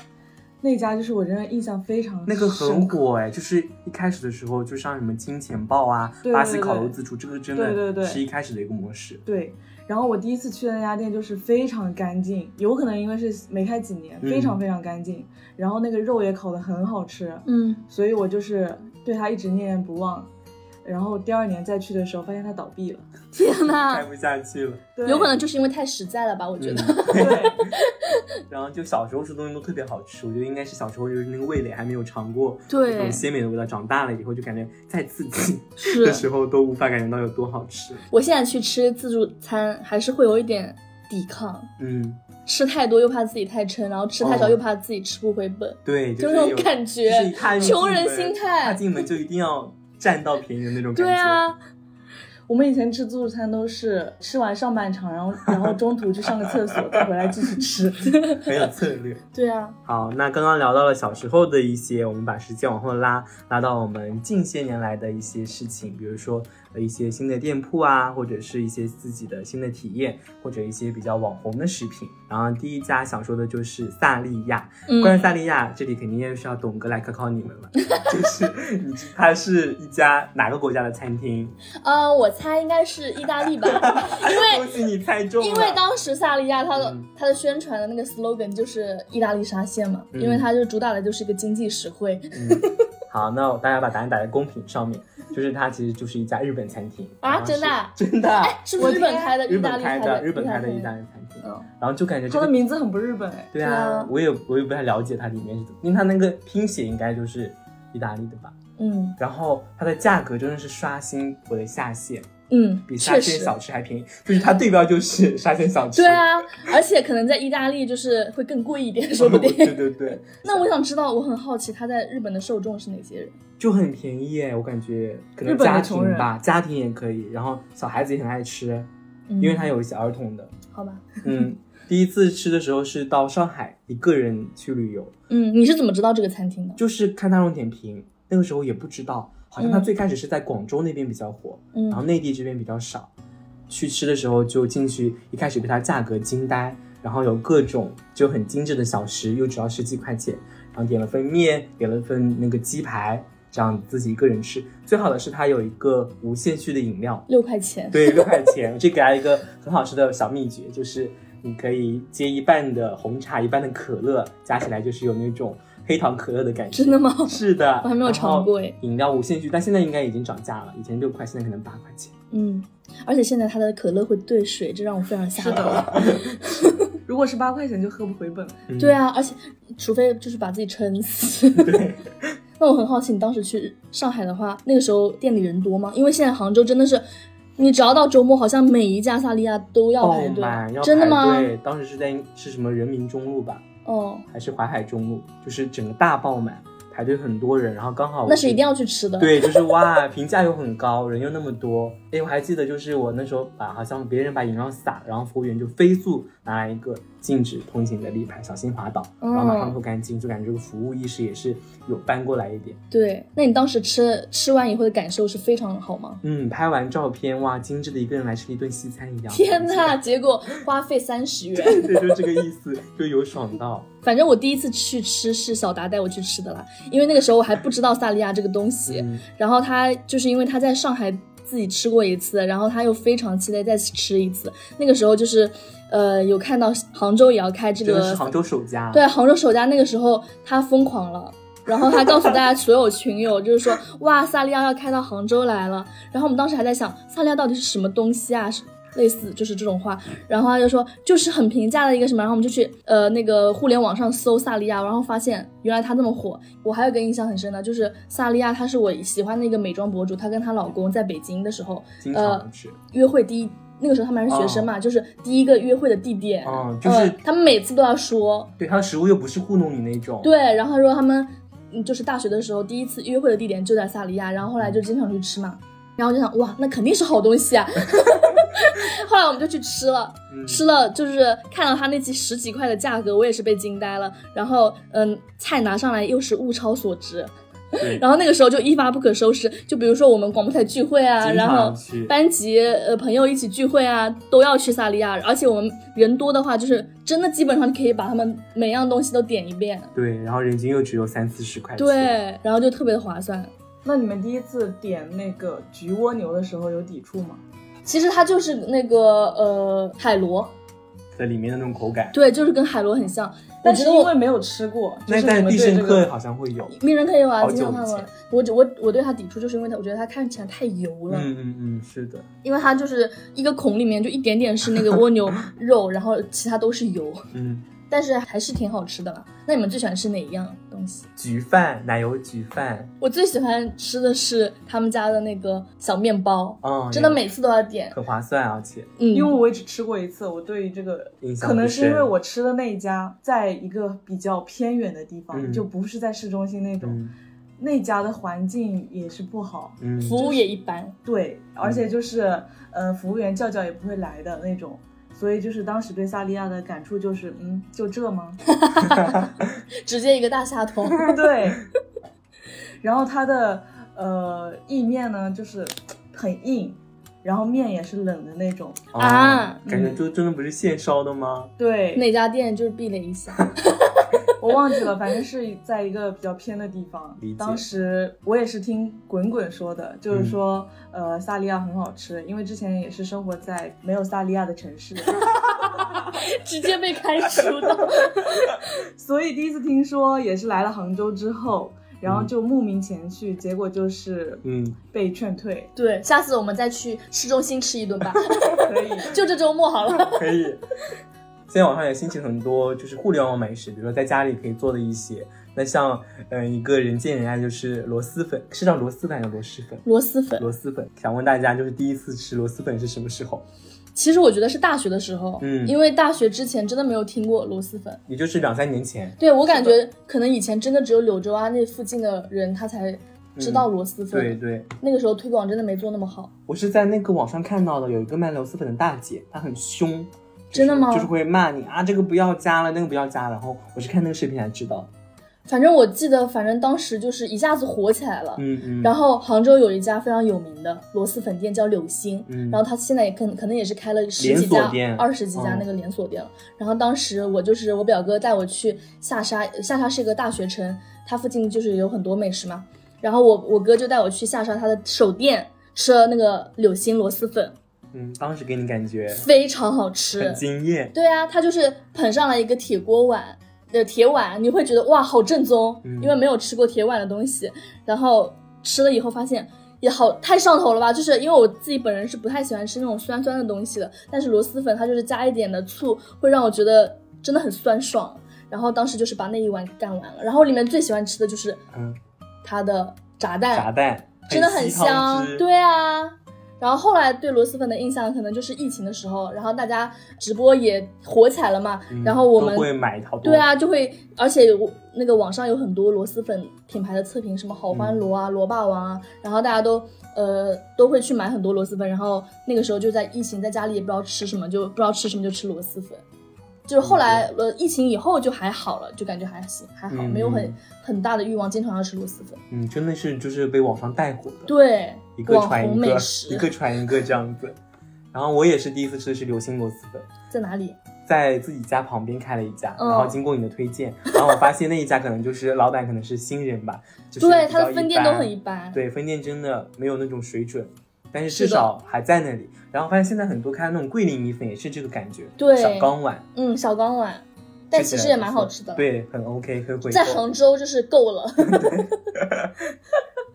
[SPEAKER 3] 那家就是我仍然印象非常
[SPEAKER 2] 嗯那个
[SPEAKER 3] 深
[SPEAKER 2] 很
[SPEAKER 3] 刻
[SPEAKER 2] 火哎，就是一开始的时候，就像什么金钱豹啊、
[SPEAKER 3] 对
[SPEAKER 2] 巴西
[SPEAKER 3] 对
[SPEAKER 2] 烤
[SPEAKER 3] 对
[SPEAKER 2] 肉自助，这个真
[SPEAKER 3] 对对
[SPEAKER 2] 的
[SPEAKER 3] 对
[SPEAKER 2] 是一开始的一个模式。
[SPEAKER 3] 对，然后我第一次去的那家店就是非常干净，有可能因为是没开几年，
[SPEAKER 2] 嗯
[SPEAKER 3] 非常非常干净。然后那个肉也烤得很好吃，
[SPEAKER 1] 嗯，
[SPEAKER 3] 所以我就是对它一直念念不忘。然后第二年再去的时候，发现它倒闭了，
[SPEAKER 1] 天
[SPEAKER 2] 开
[SPEAKER 1] 哪，
[SPEAKER 2] 不下去了，
[SPEAKER 3] 对
[SPEAKER 1] 有可能就是因为太实在了吧？我觉得，
[SPEAKER 2] 嗯
[SPEAKER 3] 对
[SPEAKER 2] 然后就小时候吃东西都特别好吃，我觉得应该是小时候就是那个味蕾还没有尝过
[SPEAKER 1] <laughs> 对
[SPEAKER 2] 那种鲜美的味道，长大了以后就感觉再刺激
[SPEAKER 1] 是
[SPEAKER 2] 的时候都无法感觉到有多好吃。
[SPEAKER 1] 我现在去吃自助餐还是会有一点抵抗，
[SPEAKER 2] 嗯，
[SPEAKER 1] 吃太多又怕自己太撑，然后吃太少
[SPEAKER 2] 哦
[SPEAKER 1] 又怕自己吃不回本，
[SPEAKER 2] 对，
[SPEAKER 1] 就是那
[SPEAKER 2] 有
[SPEAKER 1] 种感觉
[SPEAKER 2] 就是一踏入
[SPEAKER 1] 穷人
[SPEAKER 2] 进门
[SPEAKER 1] 心态
[SPEAKER 2] 踏进门就一定要占到便宜的那种感觉。
[SPEAKER 1] 对啊，
[SPEAKER 3] 我们以前吃自助餐都是吃完上半场，然后然后中途去上个厕所，再回来继续吃。 <laughs>
[SPEAKER 2] 很有策略。
[SPEAKER 1] 对啊，
[SPEAKER 2] 好，那刚刚聊到了小时候的一些，我们把时间往后拉，拉到我们近些年来的一些事情，比如说呃一些新的店铺啊，或者是一些自己的新的体验，或者一些比较网红的食品。然后第一家想说的就是萨莉亚。
[SPEAKER 1] 嗯，
[SPEAKER 2] 关于萨莉亚，这里肯定也是要董哥来考考你们了， <laughs> 就是你知它是一家哪个国家的餐厅？
[SPEAKER 1] 呃，我猜应该是意大利
[SPEAKER 2] <laughs>
[SPEAKER 1] 吧，因
[SPEAKER 2] 恭喜你猜中
[SPEAKER 1] 为
[SPEAKER 2] 了，
[SPEAKER 1] 因为当时萨利亚它的、
[SPEAKER 2] 嗯
[SPEAKER 1] 它的宣传的那个 slogan 就是意大利沙县嘛，
[SPEAKER 2] 嗯
[SPEAKER 1] 因为它就主打的就是一个经济实惠
[SPEAKER 2] 嗯，好，那大家把答案打在公屏上面，就是它其实就是一家日本餐厅
[SPEAKER 1] 啊，真的
[SPEAKER 2] 然后
[SPEAKER 1] 啊、
[SPEAKER 2] 是真的啊，
[SPEAKER 1] 是不是日本开的？
[SPEAKER 2] 日
[SPEAKER 1] 意大
[SPEAKER 2] 本
[SPEAKER 1] 利
[SPEAKER 2] 开
[SPEAKER 1] 的？
[SPEAKER 2] 的日本开的一
[SPEAKER 1] 意大
[SPEAKER 2] 家
[SPEAKER 1] 利。
[SPEAKER 2] 餐厅，
[SPEAKER 1] 嗯，
[SPEAKER 2] 然后就感觉这
[SPEAKER 3] 它的
[SPEAKER 2] 个
[SPEAKER 3] 名字很不日本哎，
[SPEAKER 2] 对
[SPEAKER 1] 对
[SPEAKER 2] 啊
[SPEAKER 1] 啊，
[SPEAKER 2] 我也我也不太了解它里面是怎么，因为它那个拼写应该就是意大利的吧，
[SPEAKER 1] 嗯
[SPEAKER 2] 然后它的价格真的是刷新我的下限，
[SPEAKER 1] 嗯，
[SPEAKER 2] 比沙
[SPEAKER 1] 确
[SPEAKER 2] 县
[SPEAKER 1] 实，
[SPEAKER 2] 小吃还便宜，就是它对标就是沙县小吃，
[SPEAKER 1] 对，啊，而且可能在意大利就是会更贵一
[SPEAKER 2] <laughs>
[SPEAKER 1] 点，说不
[SPEAKER 2] 对
[SPEAKER 1] 定。
[SPEAKER 2] 对对，
[SPEAKER 1] 那我想知道，我很好奇他在日本的受众是哪些人？
[SPEAKER 2] 就很便宜哎，我感觉可能
[SPEAKER 3] 日本的
[SPEAKER 2] 家
[SPEAKER 3] 穷
[SPEAKER 2] 庭
[SPEAKER 3] 人
[SPEAKER 2] 吧，家庭也可以，然后小孩子也很爱吃，
[SPEAKER 1] 嗯、
[SPEAKER 2] 因为它有一些儿童的。
[SPEAKER 1] 好吧，
[SPEAKER 2] 嗯，第一次吃的时候是到上海一个人去旅游，
[SPEAKER 1] 嗯，你是怎么知道这个餐厅的？
[SPEAKER 2] 就是看大众点评，那个时候也不知道，好像它
[SPEAKER 1] 嗯
[SPEAKER 2] 最开始是在广州那边比较火，然后
[SPEAKER 1] 嗯
[SPEAKER 2] 内地这边比较少。去吃的时候就进去，一开始被它价格惊呆，然后有各种就很精致的小食，又只要十几块钱，然后点了份面，点了份那个鸡排，这样自己一个人吃。最好的是它有一个无限续的饮料，
[SPEAKER 1] 六块 <laughs> 钱。
[SPEAKER 2] 对，六块钱，这给大家一个很好吃的小秘诀，就是你可以接一半的红茶，一半的可乐，加起来就是有那种黑糖可乐的感觉。
[SPEAKER 1] 真的吗
[SPEAKER 2] <laughs> 是的，
[SPEAKER 1] 我还没有尝过
[SPEAKER 2] 然
[SPEAKER 1] 诶
[SPEAKER 2] 后饮料无限续，但现在应该已经涨价了，以前六块，现在可能八块钱。
[SPEAKER 1] 嗯，而且现在它的可乐会兑水，这让我非常下
[SPEAKER 3] 是
[SPEAKER 1] 头。
[SPEAKER 3] 的。如果是八块钱就喝不回本了。
[SPEAKER 2] 嗯、
[SPEAKER 1] 对，啊，而且除非就是把自己撑死。
[SPEAKER 2] 对，
[SPEAKER 1] <laughs> 那我很好奇，你当时去上海的话，那个时候店里人多吗？因为现在杭州真的是，你只要到周末，好像每一家萨莉亚都要
[SPEAKER 2] 爆
[SPEAKER 1] 排队，
[SPEAKER 2] 哦满，要
[SPEAKER 1] 真的吗？
[SPEAKER 2] 排队当时是在是什么人民中路吧，
[SPEAKER 1] 哦，
[SPEAKER 2] 还是淮海中路？就是整个大爆满，排队很多人，然后刚好我
[SPEAKER 1] 那是一定
[SPEAKER 2] 要。
[SPEAKER 1] 要去吃 <laughs> 的。，
[SPEAKER 2] 对，就是哇，评价又很高，人又那么多。哎，我还记得，就是我那时候把好像别人把饮料洒，然后服务员就飞速拿来一个禁止通行的立牌，小心滑倒，然后
[SPEAKER 1] 嗯
[SPEAKER 2] 马上拖干净，就感觉这个服务意识也是有搬过来一点。
[SPEAKER 1] 对，那你当时吃吃完以后的感受是非常好吗？
[SPEAKER 2] 嗯，拍完照片，哇，精致的一个人来吃一顿西餐一样。
[SPEAKER 1] 天
[SPEAKER 2] 哪！
[SPEAKER 1] 呐，结果花费三十元。
[SPEAKER 2] <laughs> 对，就是这个意思，就有爽到。
[SPEAKER 1] 反正我第一次去吃是小达带我去吃的啦，因为那个时候我还不知道萨莉亚这个东西。
[SPEAKER 2] 嗯，
[SPEAKER 1] 然后他就是因为他在上海自己吃过一次，然后他又非常期待再吃一次。那个时候就是，呃，有看到杭州也要开这
[SPEAKER 2] 真的是
[SPEAKER 1] 个，
[SPEAKER 2] 杭州首家。
[SPEAKER 1] 对啊杭州首家。那个时候他疯狂了。然后他告诉大家所有群友，就是说，哇，萨莉亚要开到杭州来了。然后我们当时还在想，萨莉亚到底是什么东西啊？是类似就是这种话。然后他就说，就是很平价的一个什么。然后我们就去呃那个互联网上搜萨莉亚，然后发现原来她这么火。我还有个印象很深的，就是萨莉亚，她是我喜欢的一个美妆博主，她跟她老公在北京的时候
[SPEAKER 2] 经
[SPEAKER 1] 呃
[SPEAKER 2] 常吃，
[SPEAKER 1] 约会第一。那个时候他们还是学生嘛，就是第一个约会的地点，
[SPEAKER 2] 嗯就是
[SPEAKER 1] 呃他们每次都要说，
[SPEAKER 2] 对它的食物又不是糊弄你那种。
[SPEAKER 1] 对，然后他说他们嗯就是大学的时候第一次约会的地点就在萨利亚，然后后来就经常去吃嘛，然后我就想哇，那肯定是好东西啊。 <laughs> 后来我们就去吃了，
[SPEAKER 2] 嗯，
[SPEAKER 1] 吃了就是看到他那几十几块的价格，我也是被惊呆了。然后嗯，菜拿上来又是物超所值，
[SPEAKER 2] 对，
[SPEAKER 1] 然后那个时候就一发不可收拾，就比如说我们广播台聚会啊，
[SPEAKER 2] 经
[SPEAKER 1] 然后
[SPEAKER 2] 常去
[SPEAKER 1] 班级呃朋友一起聚会啊，都要去萨利亚，而且我们人多的话，就是真的基本上可以把他们每样东西都点一遍，
[SPEAKER 2] 对，然后人均又只有三四十块钱，，
[SPEAKER 1] 对，然后就特别的划算。
[SPEAKER 3] 那你们第一次点那个焗蜗牛的时候有抵触吗？
[SPEAKER 1] 其实它就是那个呃海螺，
[SPEAKER 2] 在里面的那种口感。
[SPEAKER 1] 对，就是跟海螺很像。
[SPEAKER 3] 但
[SPEAKER 1] 我觉
[SPEAKER 3] 是
[SPEAKER 1] 得
[SPEAKER 3] 因
[SPEAKER 1] 我
[SPEAKER 3] 为没有吃过，就
[SPEAKER 2] 那
[SPEAKER 3] 是你
[SPEAKER 2] 在
[SPEAKER 3] 们
[SPEAKER 2] 必
[SPEAKER 3] 对
[SPEAKER 2] 胜
[SPEAKER 3] 这个
[SPEAKER 2] 客好像会有，
[SPEAKER 1] 名人可以啊
[SPEAKER 3] 哦
[SPEAKER 1] 玩，
[SPEAKER 2] 好
[SPEAKER 1] 经
[SPEAKER 2] 久
[SPEAKER 1] 常看
[SPEAKER 2] 以前
[SPEAKER 1] 过。我只我我对它抵触，就是因为它我觉得它看起来太油了，
[SPEAKER 2] 嗯嗯嗯，是的，
[SPEAKER 1] 因为它就是一个孔里面就一点点是那个蜗
[SPEAKER 3] <laughs>
[SPEAKER 1] 牛肉，然后其他都是油。
[SPEAKER 2] 嗯，
[SPEAKER 1] 但是还是挺好吃的啦。那你们最喜欢吃哪一样东西？
[SPEAKER 2] 焗饭，奶油焗饭，
[SPEAKER 1] 我最喜欢吃的是他们家的那个小面包，
[SPEAKER 2] 嗯，
[SPEAKER 1] 真的
[SPEAKER 2] 也
[SPEAKER 1] 每次都要点。
[SPEAKER 2] 很划算，啊而且
[SPEAKER 1] 嗯，
[SPEAKER 3] 因为我也只吃过一次，我对于这个
[SPEAKER 2] 印象
[SPEAKER 3] 可能
[SPEAKER 2] 不
[SPEAKER 3] 是因为
[SPEAKER 2] 深
[SPEAKER 3] 我吃的那一家在一个比较偏远的地方，
[SPEAKER 2] 嗯
[SPEAKER 3] 就不是在市中心那种，
[SPEAKER 2] 嗯
[SPEAKER 3] 那家的环境也是不好，
[SPEAKER 2] 嗯，
[SPEAKER 1] 服务也一般。
[SPEAKER 3] 对，而且就是、呃服务员叫叫也不会来的那种。所以就是当时对萨利亚的感触就是，嗯，就这吗？ <laughs>
[SPEAKER 1] 直接一个大虾头。
[SPEAKER 3] 对。然后它的呃意面呢，就是很硬，然后面也是冷的那种。
[SPEAKER 2] 哦
[SPEAKER 1] 啊
[SPEAKER 2] 感
[SPEAKER 3] 嗯
[SPEAKER 2] 觉就真的不是现烧的吗？
[SPEAKER 3] 对，
[SPEAKER 1] 哪家店就是避雷一下。 <laughs>
[SPEAKER 3] 我忘记了，反正是在一个比较偏的地方
[SPEAKER 2] 理解。嗯
[SPEAKER 3] 当时我也是听滚滚说的，就是说，呃，萨利亚很好吃，因为之前也是生活在没有萨利亚的城市，
[SPEAKER 1] 直接被开除的。 <laughs>
[SPEAKER 3] 所以第一次听说也是来了杭州之后，然后就慕名前去，结果就是
[SPEAKER 2] 嗯，
[SPEAKER 3] 被劝退。 <laughs>
[SPEAKER 1] 对，下次我们再去市中心吃一顿吧， <laughs>
[SPEAKER 3] 可以，
[SPEAKER 1] 就这周末好了。 <laughs>
[SPEAKER 2] 可以。现在网上也兴起很多就是互联网美食，比如说在家里可以做的一些。那像嗯、呃一个人见人爱就是螺蛳粉，是叫螺蛳粉还是螺蛳粉？
[SPEAKER 1] 螺蛳粉，
[SPEAKER 2] 螺蛳粉，想问大家就是第一次吃螺蛳粉是什么时候？
[SPEAKER 1] 其实我觉得是大学的时候，
[SPEAKER 2] 嗯
[SPEAKER 1] 因为大学之前真的没有听过螺蛳粉。
[SPEAKER 2] 也就是两三年前。
[SPEAKER 1] 对我感觉可能以前真的只有柳州啊那附近的人他才知道螺蛳粉，
[SPEAKER 2] 嗯对对，
[SPEAKER 1] 那个时候推广真的没做那么好。
[SPEAKER 2] 我是在那个网上看到的，有一个卖螺蛳粉的大姐，她很凶，就
[SPEAKER 1] 真
[SPEAKER 2] 是
[SPEAKER 1] 的吗
[SPEAKER 2] 就是会骂你啊，这个不要加了，那个不要加了。然后我是看那个视频才知道的。
[SPEAKER 1] 反正我记得，反正当时就是一下子火起来了。
[SPEAKER 2] 嗯嗯。
[SPEAKER 1] 然后杭州有一家非常有名的螺蛳粉店叫柳星，
[SPEAKER 2] 嗯
[SPEAKER 1] 然后他现在也可可能也是开了十
[SPEAKER 2] 连
[SPEAKER 1] 几
[SPEAKER 2] 锁
[SPEAKER 1] 家
[SPEAKER 2] 店、
[SPEAKER 1] 二十几家
[SPEAKER 2] 哦
[SPEAKER 1] 那个连锁店了。然后当时我就是我表哥带我去下沙，下沙是一个大学城，它附近就是有很多美食嘛。然后我我哥就带我去下沙他的首店吃了那个柳星螺蛳粉，
[SPEAKER 2] 嗯，当时给你感觉
[SPEAKER 1] 非常好吃，
[SPEAKER 2] 很惊艳。
[SPEAKER 1] 对啊，它就是捧上了一个铁锅碗的铁碗，你会觉得哇，好正宗，
[SPEAKER 2] 嗯
[SPEAKER 1] 因为没有吃过铁碗的东西。然后吃了以后发现也好太上头了吧，就是因为我自己本人是不太喜欢吃那种酸酸的东西的，但是螺蛳粉它就是加一点的醋，会让我觉得真的很酸爽。然后当时就是把那一碗给干完了，然后里面最喜欢吃的就是
[SPEAKER 2] 嗯，
[SPEAKER 1] 它的炸弹，
[SPEAKER 2] 炸蛋
[SPEAKER 1] 哎真的很
[SPEAKER 2] 吸汤
[SPEAKER 1] 香
[SPEAKER 2] 汁，
[SPEAKER 1] 对啊。然后后来对螺蛳粉的印象可能就是疫情的时候，然后大家直播也火起来了嘛，
[SPEAKER 2] 嗯
[SPEAKER 1] 然后我
[SPEAKER 2] 都
[SPEAKER 1] 们
[SPEAKER 2] 会买好多。
[SPEAKER 1] 对，啊就会，而且我那个网上有很多螺蛳粉品牌的测评，什么好
[SPEAKER 2] 嗯
[SPEAKER 1] 欢螺啊、螺霸王啊，然后大家都呃都会去买很多螺蛳粉，然后那个时候就在疫情，在家里也不知道吃什么，就不知道吃什么就吃螺蛳粉。就是后来呃疫情以后就还好了，就感觉还行还好，
[SPEAKER 2] 嗯
[SPEAKER 1] 没有很
[SPEAKER 2] 嗯
[SPEAKER 1] 很大的欲望经常要吃螺蛳粉。
[SPEAKER 2] 嗯，真的是就是被网上带火的。
[SPEAKER 1] 对，
[SPEAKER 2] 一个
[SPEAKER 1] 网
[SPEAKER 2] 传
[SPEAKER 1] 红
[SPEAKER 2] 一
[SPEAKER 1] 美
[SPEAKER 2] 个，
[SPEAKER 1] 食
[SPEAKER 2] 一个传一个这样子。然后我也是第一次吃的是流心螺蛳粉，
[SPEAKER 1] 在哪里？
[SPEAKER 2] 在自己家旁边开了一家，
[SPEAKER 1] 嗯
[SPEAKER 2] 然后经过你的推
[SPEAKER 1] <laughs>
[SPEAKER 2] 荐，然后我发现那一家可能就是老板可能是新人吧，就是
[SPEAKER 1] 对，
[SPEAKER 2] 比
[SPEAKER 1] 它
[SPEAKER 2] 较
[SPEAKER 1] 的
[SPEAKER 2] 一
[SPEAKER 1] 分店都
[SPEAKER 2] 般
[SPEAKER 1] 很一般。
[SPEAKER 2] 对，分店真的没有那种水准，但是
[SPEAKER 1] 是的
[SPEAKER 2] 至少还在那里。然后发现现在很多开的那种桂林米粉也是这个感觉，
[SPEAKER 1] 对
[SPEAKER 2] 小钢碗，
[SPEAKER 1] 嗯，小钢碗，但其
[SPEAKER 2] 吃起来
[SPEAKER 1] 实也
[SPEAKER 2] 不
[SPEAKER 1] 蛮
[SPEAKER 2] 错
[SPEAKER 1] 好吃的。，
[SPEAKER 2] 对，很 OK，很回
[SPEAKER 1] 在
[SPEAKER 2] 购
[SPEAKER 1] 杭州就是够了。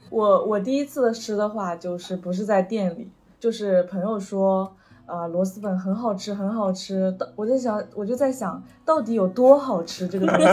[SPEAKER 3] 我我第一次吃的话，就是不是在店里，就是朋友说，呃，螺蛳粉很好吃，很好吃。到我在想，我就在想到底有多好吃这
[SPEAKER 2] <laughs>
[SPEAKER 3] 个东西。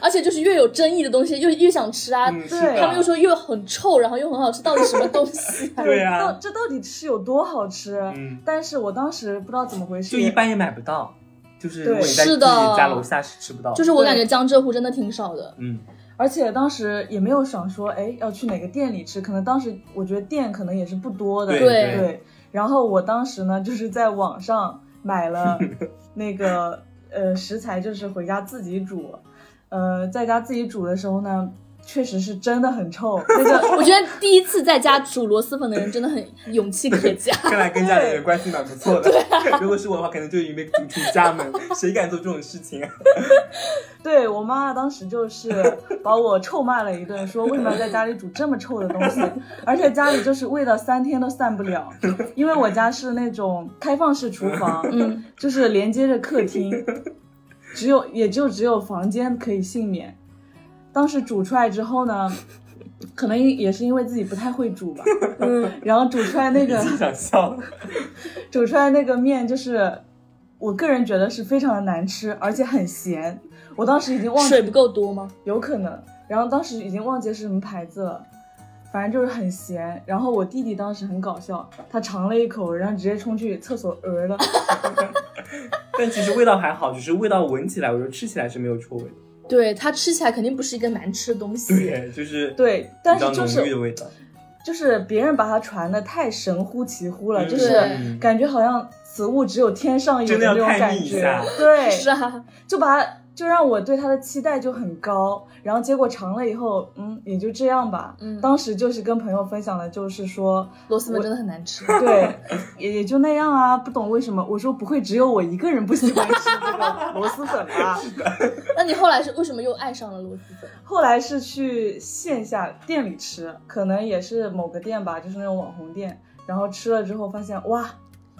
[SPEAKER 1] 而且就是越有争议的东西，越越想吃啊。
[SPEAKER 2] 嗯，
[SPEAKER 3] 对
[SPEAKER 2] 是的
[SPEAKER 1] 他们又说又很臭，然后又很好吃，到底什么东西、啊？
[SPEAKER 2] <laughs> 对
[SPEAKER 3] 到
[SPEAKER 2] 啊，
[SPEAKER 3] 这到底是有多好吃？
[SPEAKER 2] 嗯，
[SPEAKER 3] 但是我当时不知道怎么回事，
[SPEAKER 2] 就一般也买不到，就是如果你
[SPEAKER 1] 对
[SPEAKER 2] 在自
[SPEAKER 1] 是
[SPEAKER 2] 己
[SPEAKER 1] 的
[SPEAKER 2] 家楼下是吃不到的，
[SPEAKER 1] 就是我感觉江浙沪真的挺少的。
[SPEAKER 2] 嗯。
[SPEAKER 3] 而且当时也没有想说，哎，要去哪个店里吃。可能当时我觉得店可能也是不多的，
[SPEAKER 2] 对
[SPEAKER 1] 对
[SPEAKER 3] 对。然后我当时呢，就是在网上买了那个呃食材，就是回家自己煮。呃，在家自己煮的时候呢，确实是真的很臭，那
[SPEAKER 1] <laughs>
[SPEAKER 3] 个
[SPEAKER 1] 我觉得第一次在家煮螺蛳粉的人真的很勇气可
[SPEAKER 2] <laughs>
[SPEAKER 1] 嘉。
[SPEAKER 2] 看来跟家里人关系蛮不错的。
[SPEAKER 3] 啊
[SPEAKER 2] <laughs> 如果是我的话，可能就因为逐出家
[SPEAKER 3] <laughs>
[SPEAKER 2] 门，谁敢做这种事情啊？
[SPEAKER 3] 对我妈当时就是把我臭骂了一顿，说为什么要在家里煮这么臭的东西，而且家里就是味道三天都散不了，因为我家是那种开放式厨房，
[SPEAKER 1] 嗯，
[SPEAKER 3] 就是连接着客厅，只有也就只有房间可以幸免。当时煮出来之后呢，可能也是因为自己不太会煮吧，
[SPEAKER 1] 嗯，
[SPEAKER 3] 然后煮出来那个
[SPEAKER 2] 已经想笑了。
[SPEAKER 3] 煮出来那个面就是，我个人觉得是非常的难吃，而且很咸。我当时已经忘
[SPEAKER 1] 水
[SPEAKER 3] 记
[SPEAKER 1] 不够多吗？
[SPEAKER 3] 有可能，然后当时已经忘记是什么牌子了，反正就是很咸。然后我弟弟当时很搞笑，他尝了一口，然后直接冲去厕所呃了。
[SPEAKER 2] 但其实味道还好，只是味道闻起来，我觉得吃起来是没有臭味的。
[SPEAKER 1] 对，它吃起来肯定不是一个难吃的东西。
[SPEAKER 2] 对，就是
[SPEAKER 3] 对，但是就
[SPEAKER 2] 比较浓郁的
[SPEAKER 3] 是
[SPEAKER 2] 味道，
[SPEAKER 3] 就是别人把它传的太神乎其乎了，
[SPEAKER 2] 嗯
[SPEAKER 3] 就是
[SPEAKER 1] 对
[SPEAKER 3] 感觉好像此物只有天上有
[SPEAKER 2] 真
[SPEAKER 3] 的
[SPEAKER 2] 的
[SPEAKER 3] 那
[SPEAKER 2] 要
[SPEAKER 3] 种
[SPEAKER 2] 叛
[SPEAKER 3] 感
[SPEAKER 2] 逆一
[SPEAKER 3] 觉
[SPEAKER 2] 下。
[SPEAKER 1] <laughs>
[SPEAKER 3] 对，
[SPEAKER 1] 是啊，
[SPEAKER 3] 就把就让我对它的期待就很高，然后结果尝了以后，嗯，也就这样吧。
[SPEAKER 1] 嗯
[SPEAKER 3] 当时就是跟朋友分享的，就是说，
[SPEAKER 1] 螺蛳粉真的很难
[SPEAKER 2] <laughs>
[SPEAKER 1] 吃。
[SPEAKER 3] 对，也也就那样啊，不懂为什么。我说不会只有我一个人不喜欢吃这
[SPEAKER 2] <laughs>
[SPEAKER 3] 个螺蛳粉吧？
[SPEAKER 1] <laughs> 那你后来是为什么又爱上了螺蛳粉？
[SPEAKER 3] 后来是去线下店里吃，可能也是某个店吧，就是那种网红店。然后吃了之后发现，哇，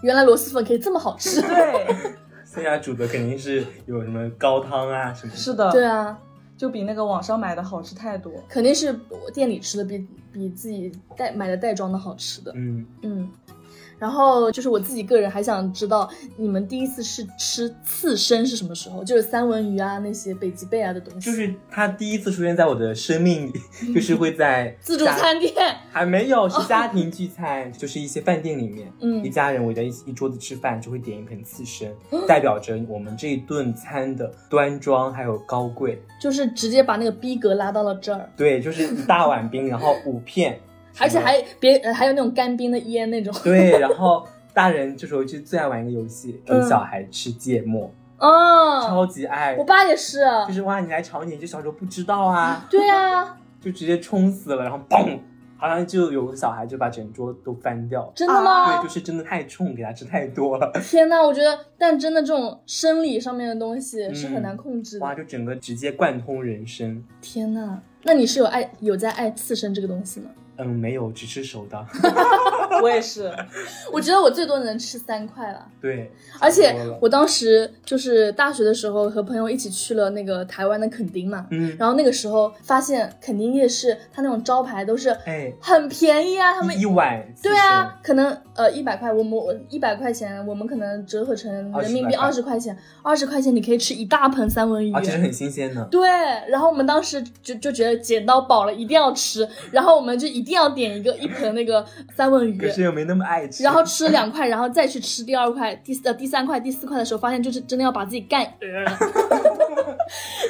[SPEAKER 1] 原来螺蛳粉可以这么好
[SPEAKER 2] <laughs>
[SPEAKER 1] 吃。
[SPEAKER 3] 对，
[SPEAKER 2] 现在煮的肯定是有什么高汤啊什么的。
[SPEAKER 3] 是的，
[SPEAKER 1] 对啊，
[SPEAKER 3] 就比那个网上买的好吃太多。
[SPEAKER 1] 肯定是我店里吃的比比自己带买的袋装的好吃的。
[SPEAKER 2] 嗯，
[SPEAKER 1] 嗯，然后就是我自己个人还想知道，你们第一次是吃刺身是什么时候？就是三文鱼啊那些北极贝啊的东西。
[SPEAKER 2] 就是它第一次出现在我的生命里，就是会在
[SPEAKER 3] <laughs>
[SPEAKER 1] 自助
[SPEAKER 2] 家
[SPEAKER 1] 餐店，
[SPEAKER 2] 还没有，是家庭聚餐，就是一些饭店里面，
[SPEAKER 1] 嗯
[SPEAKER 2] 一家人围在一起一桌子吃饭，就会点一盆刺身，代表着我们这一顿餐的端庄还有高贵。
[SPEAKER 1] 就是直接把那个逼格拉到了这儿，
[SPEAKER 2] 对，就是一大碗冰，然后五片，
[SPEAKER 1] 而且还别呃还有那种干冰的烟那种。
[SPEAKER 2] 对，然后大人这时候就最爱玩一个游戏，给
[SPEAKER 1] 嗯
[SPEAKER 2] 小孩吃芥末，
[SPEAKER 1] 哦，
[SPEAKER 2] 超级爱
[SPEAKER 1] 我。爸也是。啊
[SPEAKER 2] 就是哇，你来吵你，这小时候不知道啊，
[SPEAKER 1] 对啊，
[SPEAKER 2] 就直接冲死了，然后嘣，好像就有个小孩就把整桌都翻掉。
[SPEAKER 1] 真的吗？
[SPEAKER 2] 啊对，就是真的太冲，给他吃太多了。
[SPEAKER 1] 天呐，我觉得，但真的这种生理上面的东西是很难控制的。
[SPEAKER 2] 嗯哇，就整个直接贯通人生。
[SPEAKER 1] 天呐，那你是有爱有在爱刺身这个东西吗？
[SPEAKER 2] 嗯，没有，只吃熟的。
[SPEAKER 3] 我也是，
[SPEAKER 1] 我觉得我最多能吃三块了，
[SPEAKER 2] 对，
[SPEAKER 1] 而且
[SPEAKER 2] 差不多了
[SPEAKER 1] 我当时就是大学的时候和朋友一起去了那个台湾的垦丁嘛，
[SPEAKER 2] 嗯，
[SPEAKER 1] 然后那个时候发现垦丁夜市它那种招牌都是
[SPEAKER 2] 哎，
[SPEAKER 1] 很便宜啊，他们
[SPEAKER 2] 一碗，
[SPEAKER 1] 对啊，，可能呃一百块，我们我一百块钱，我们可能折合成人民币二十
[SPEAKER 2] 20
[SPEAKER 1] 块钱，二十块钱你可以吃一大盆三文鱼，
[SPEAKER 2] 而且啊是很新鲜的。
[SPEAKER 1] 对，然后我们当时就就觉得捡到宝了，一定要吃，然后我们就一定要点一个一盆那个三文鱼
[SPEAKER 2] 可，是又没那么爱吃。
[SPEAKER 1] 然后吃了两块，然后再去吃第二块、第四、呃第三块、第四块的时候，发现就是真的要把自己干呃了， <laughs>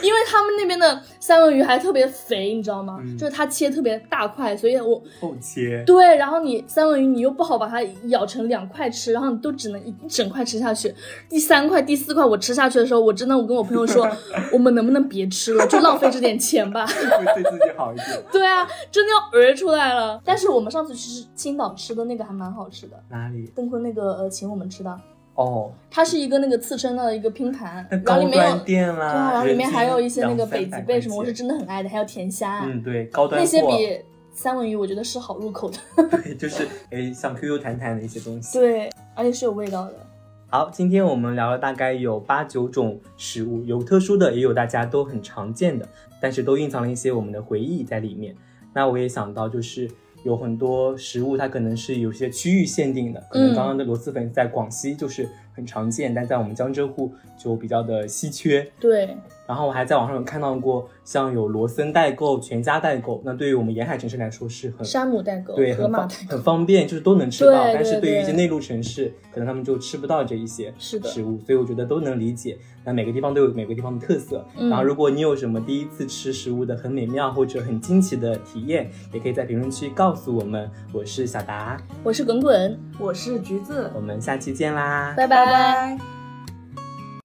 [SPEAKER 1] 因为他们那边的三文鱼还特别肥，你知道吗？
[SPEAKER 2] 嗯
[SPEAKER 1] 就是它切特别大块，所以我
[SPEAKER 2] 后切，
[SPEAKER 1] 对，然后你三文鱼你又不好把它咬成两块吃，然后你都只能一一整块吃下去。第三块、第四块我吃下去的时候，我真的我跟我朋友
[SPEAKER 2] <laughs>
[SPEAKER 1] 说，我们能不能别吃了，就浪费这点钱吧。 <laughs>
[SPEAKER 2] 会对自己好一点。
[SPEAKER 1] 对啊，真的要讹出来了。但是我们上次去青岛吃的那个还蛮好吃的，
[SPEAKER 2] 哪里？
[SPEAKER 1] 邓坤那个呃请我们吃的，
[SPEAKER 2] 哦，
[SPEAKER 1] 它是一个那个刺身的一个拼盘
[SPEAKER 2] 那，
[SPEAKER 1] 然后
[SPEAKER 2] 高
[SPEAKER 1] 里面有
[SPEAKER 2] 端
[SPEAKER 1] 对
[SPEAKER 2] 店
[SPEAKER 1] 啊，然
[SPEAKER 2] 啦，
[SPEAKER 1] 后里面
[SPEAKER 2] 人均
[SPEAKER 1] 还有一些那个
[SPEAKER 2] 两
[SPEAKER 1] 北
[SPEAKER 2] 三
[SPEAKER 1] 极
[SPEAKER 2] 百
[SPEAKER 1] 贝什么，我
[SPEAKER 2] 块
[SPEAKER 1] 是真
[SPEAKER 2] 钱
[SPEAKER 1] 的很爱的，还有甜虾啊，
[SPEAKER 2] 嗯，对，高端
[SPEAKER 1] 那些
[SPEAKER 2] 货
[SPEAKER 1] 比三文鱼我觉得是好入口的。 <laughs>
[SPEAKER 2] 对 <laughs> 就是哎，像 QQ 弹弹的一些东西。
[SPEAKER 1] 对，而且是有味道的。
[SPEAKER 2] 好，今天我们聊了大概有八九种食物，有特殊的，也有大家都很常见的，但是都蕴藏了一些我们的回忆在里面。那我也想到，就是有很多食物它可能是有些区域限定的，可能刚刚的螺蛳粉在广西就是很常见，但在我们江浙沪就比较的稀缺。
[SPEAKER 1] 对，
[SPEAKER 2] 然后我还在网上有看到过，像有罗森代购、全家代购，那对于我们沿海城市来说是很
[SPEAKER 1] 山姆代购、
[SPEAKER 2] 嗯对，
[SPEAKER 1] 盒
[SPEAKER 2] 很
[SPEAKER 1] 马
[SPEAKER 2] 方
[SPEAKER 1] 代购，
[SPEAKER 2] 很方便，就是都能吃到。
[SPEAKER 1] 对
[SPEAKER 2] 但是
[SPEAKER 1] 对
[SPEAKER 2] 对于一些
[SPEAKER 1] 对
[SPEAKER 2] 内陆城市，可能他们就吃不到这一些
[SPEAKER 1] 是的
[SPEAKER 2] 食物，所以我觉得都能理解。那每个地方都有每个地方的特色。
[SPEAKER 1] 嗯
[SPEAKER 2] 然后，如果你有什么第一次吃食物的很美妙或者很惊奇的体验，也可以在评论区告诉我们。我是小达，
[SPEAKER 1] 我是滚滚，
[SPEAKER 3] 我是橘子，
[SPEAKER 2] 我们下期见啦，
[SPEAKER 1] 拜
[SPEAKER 3] 拜拜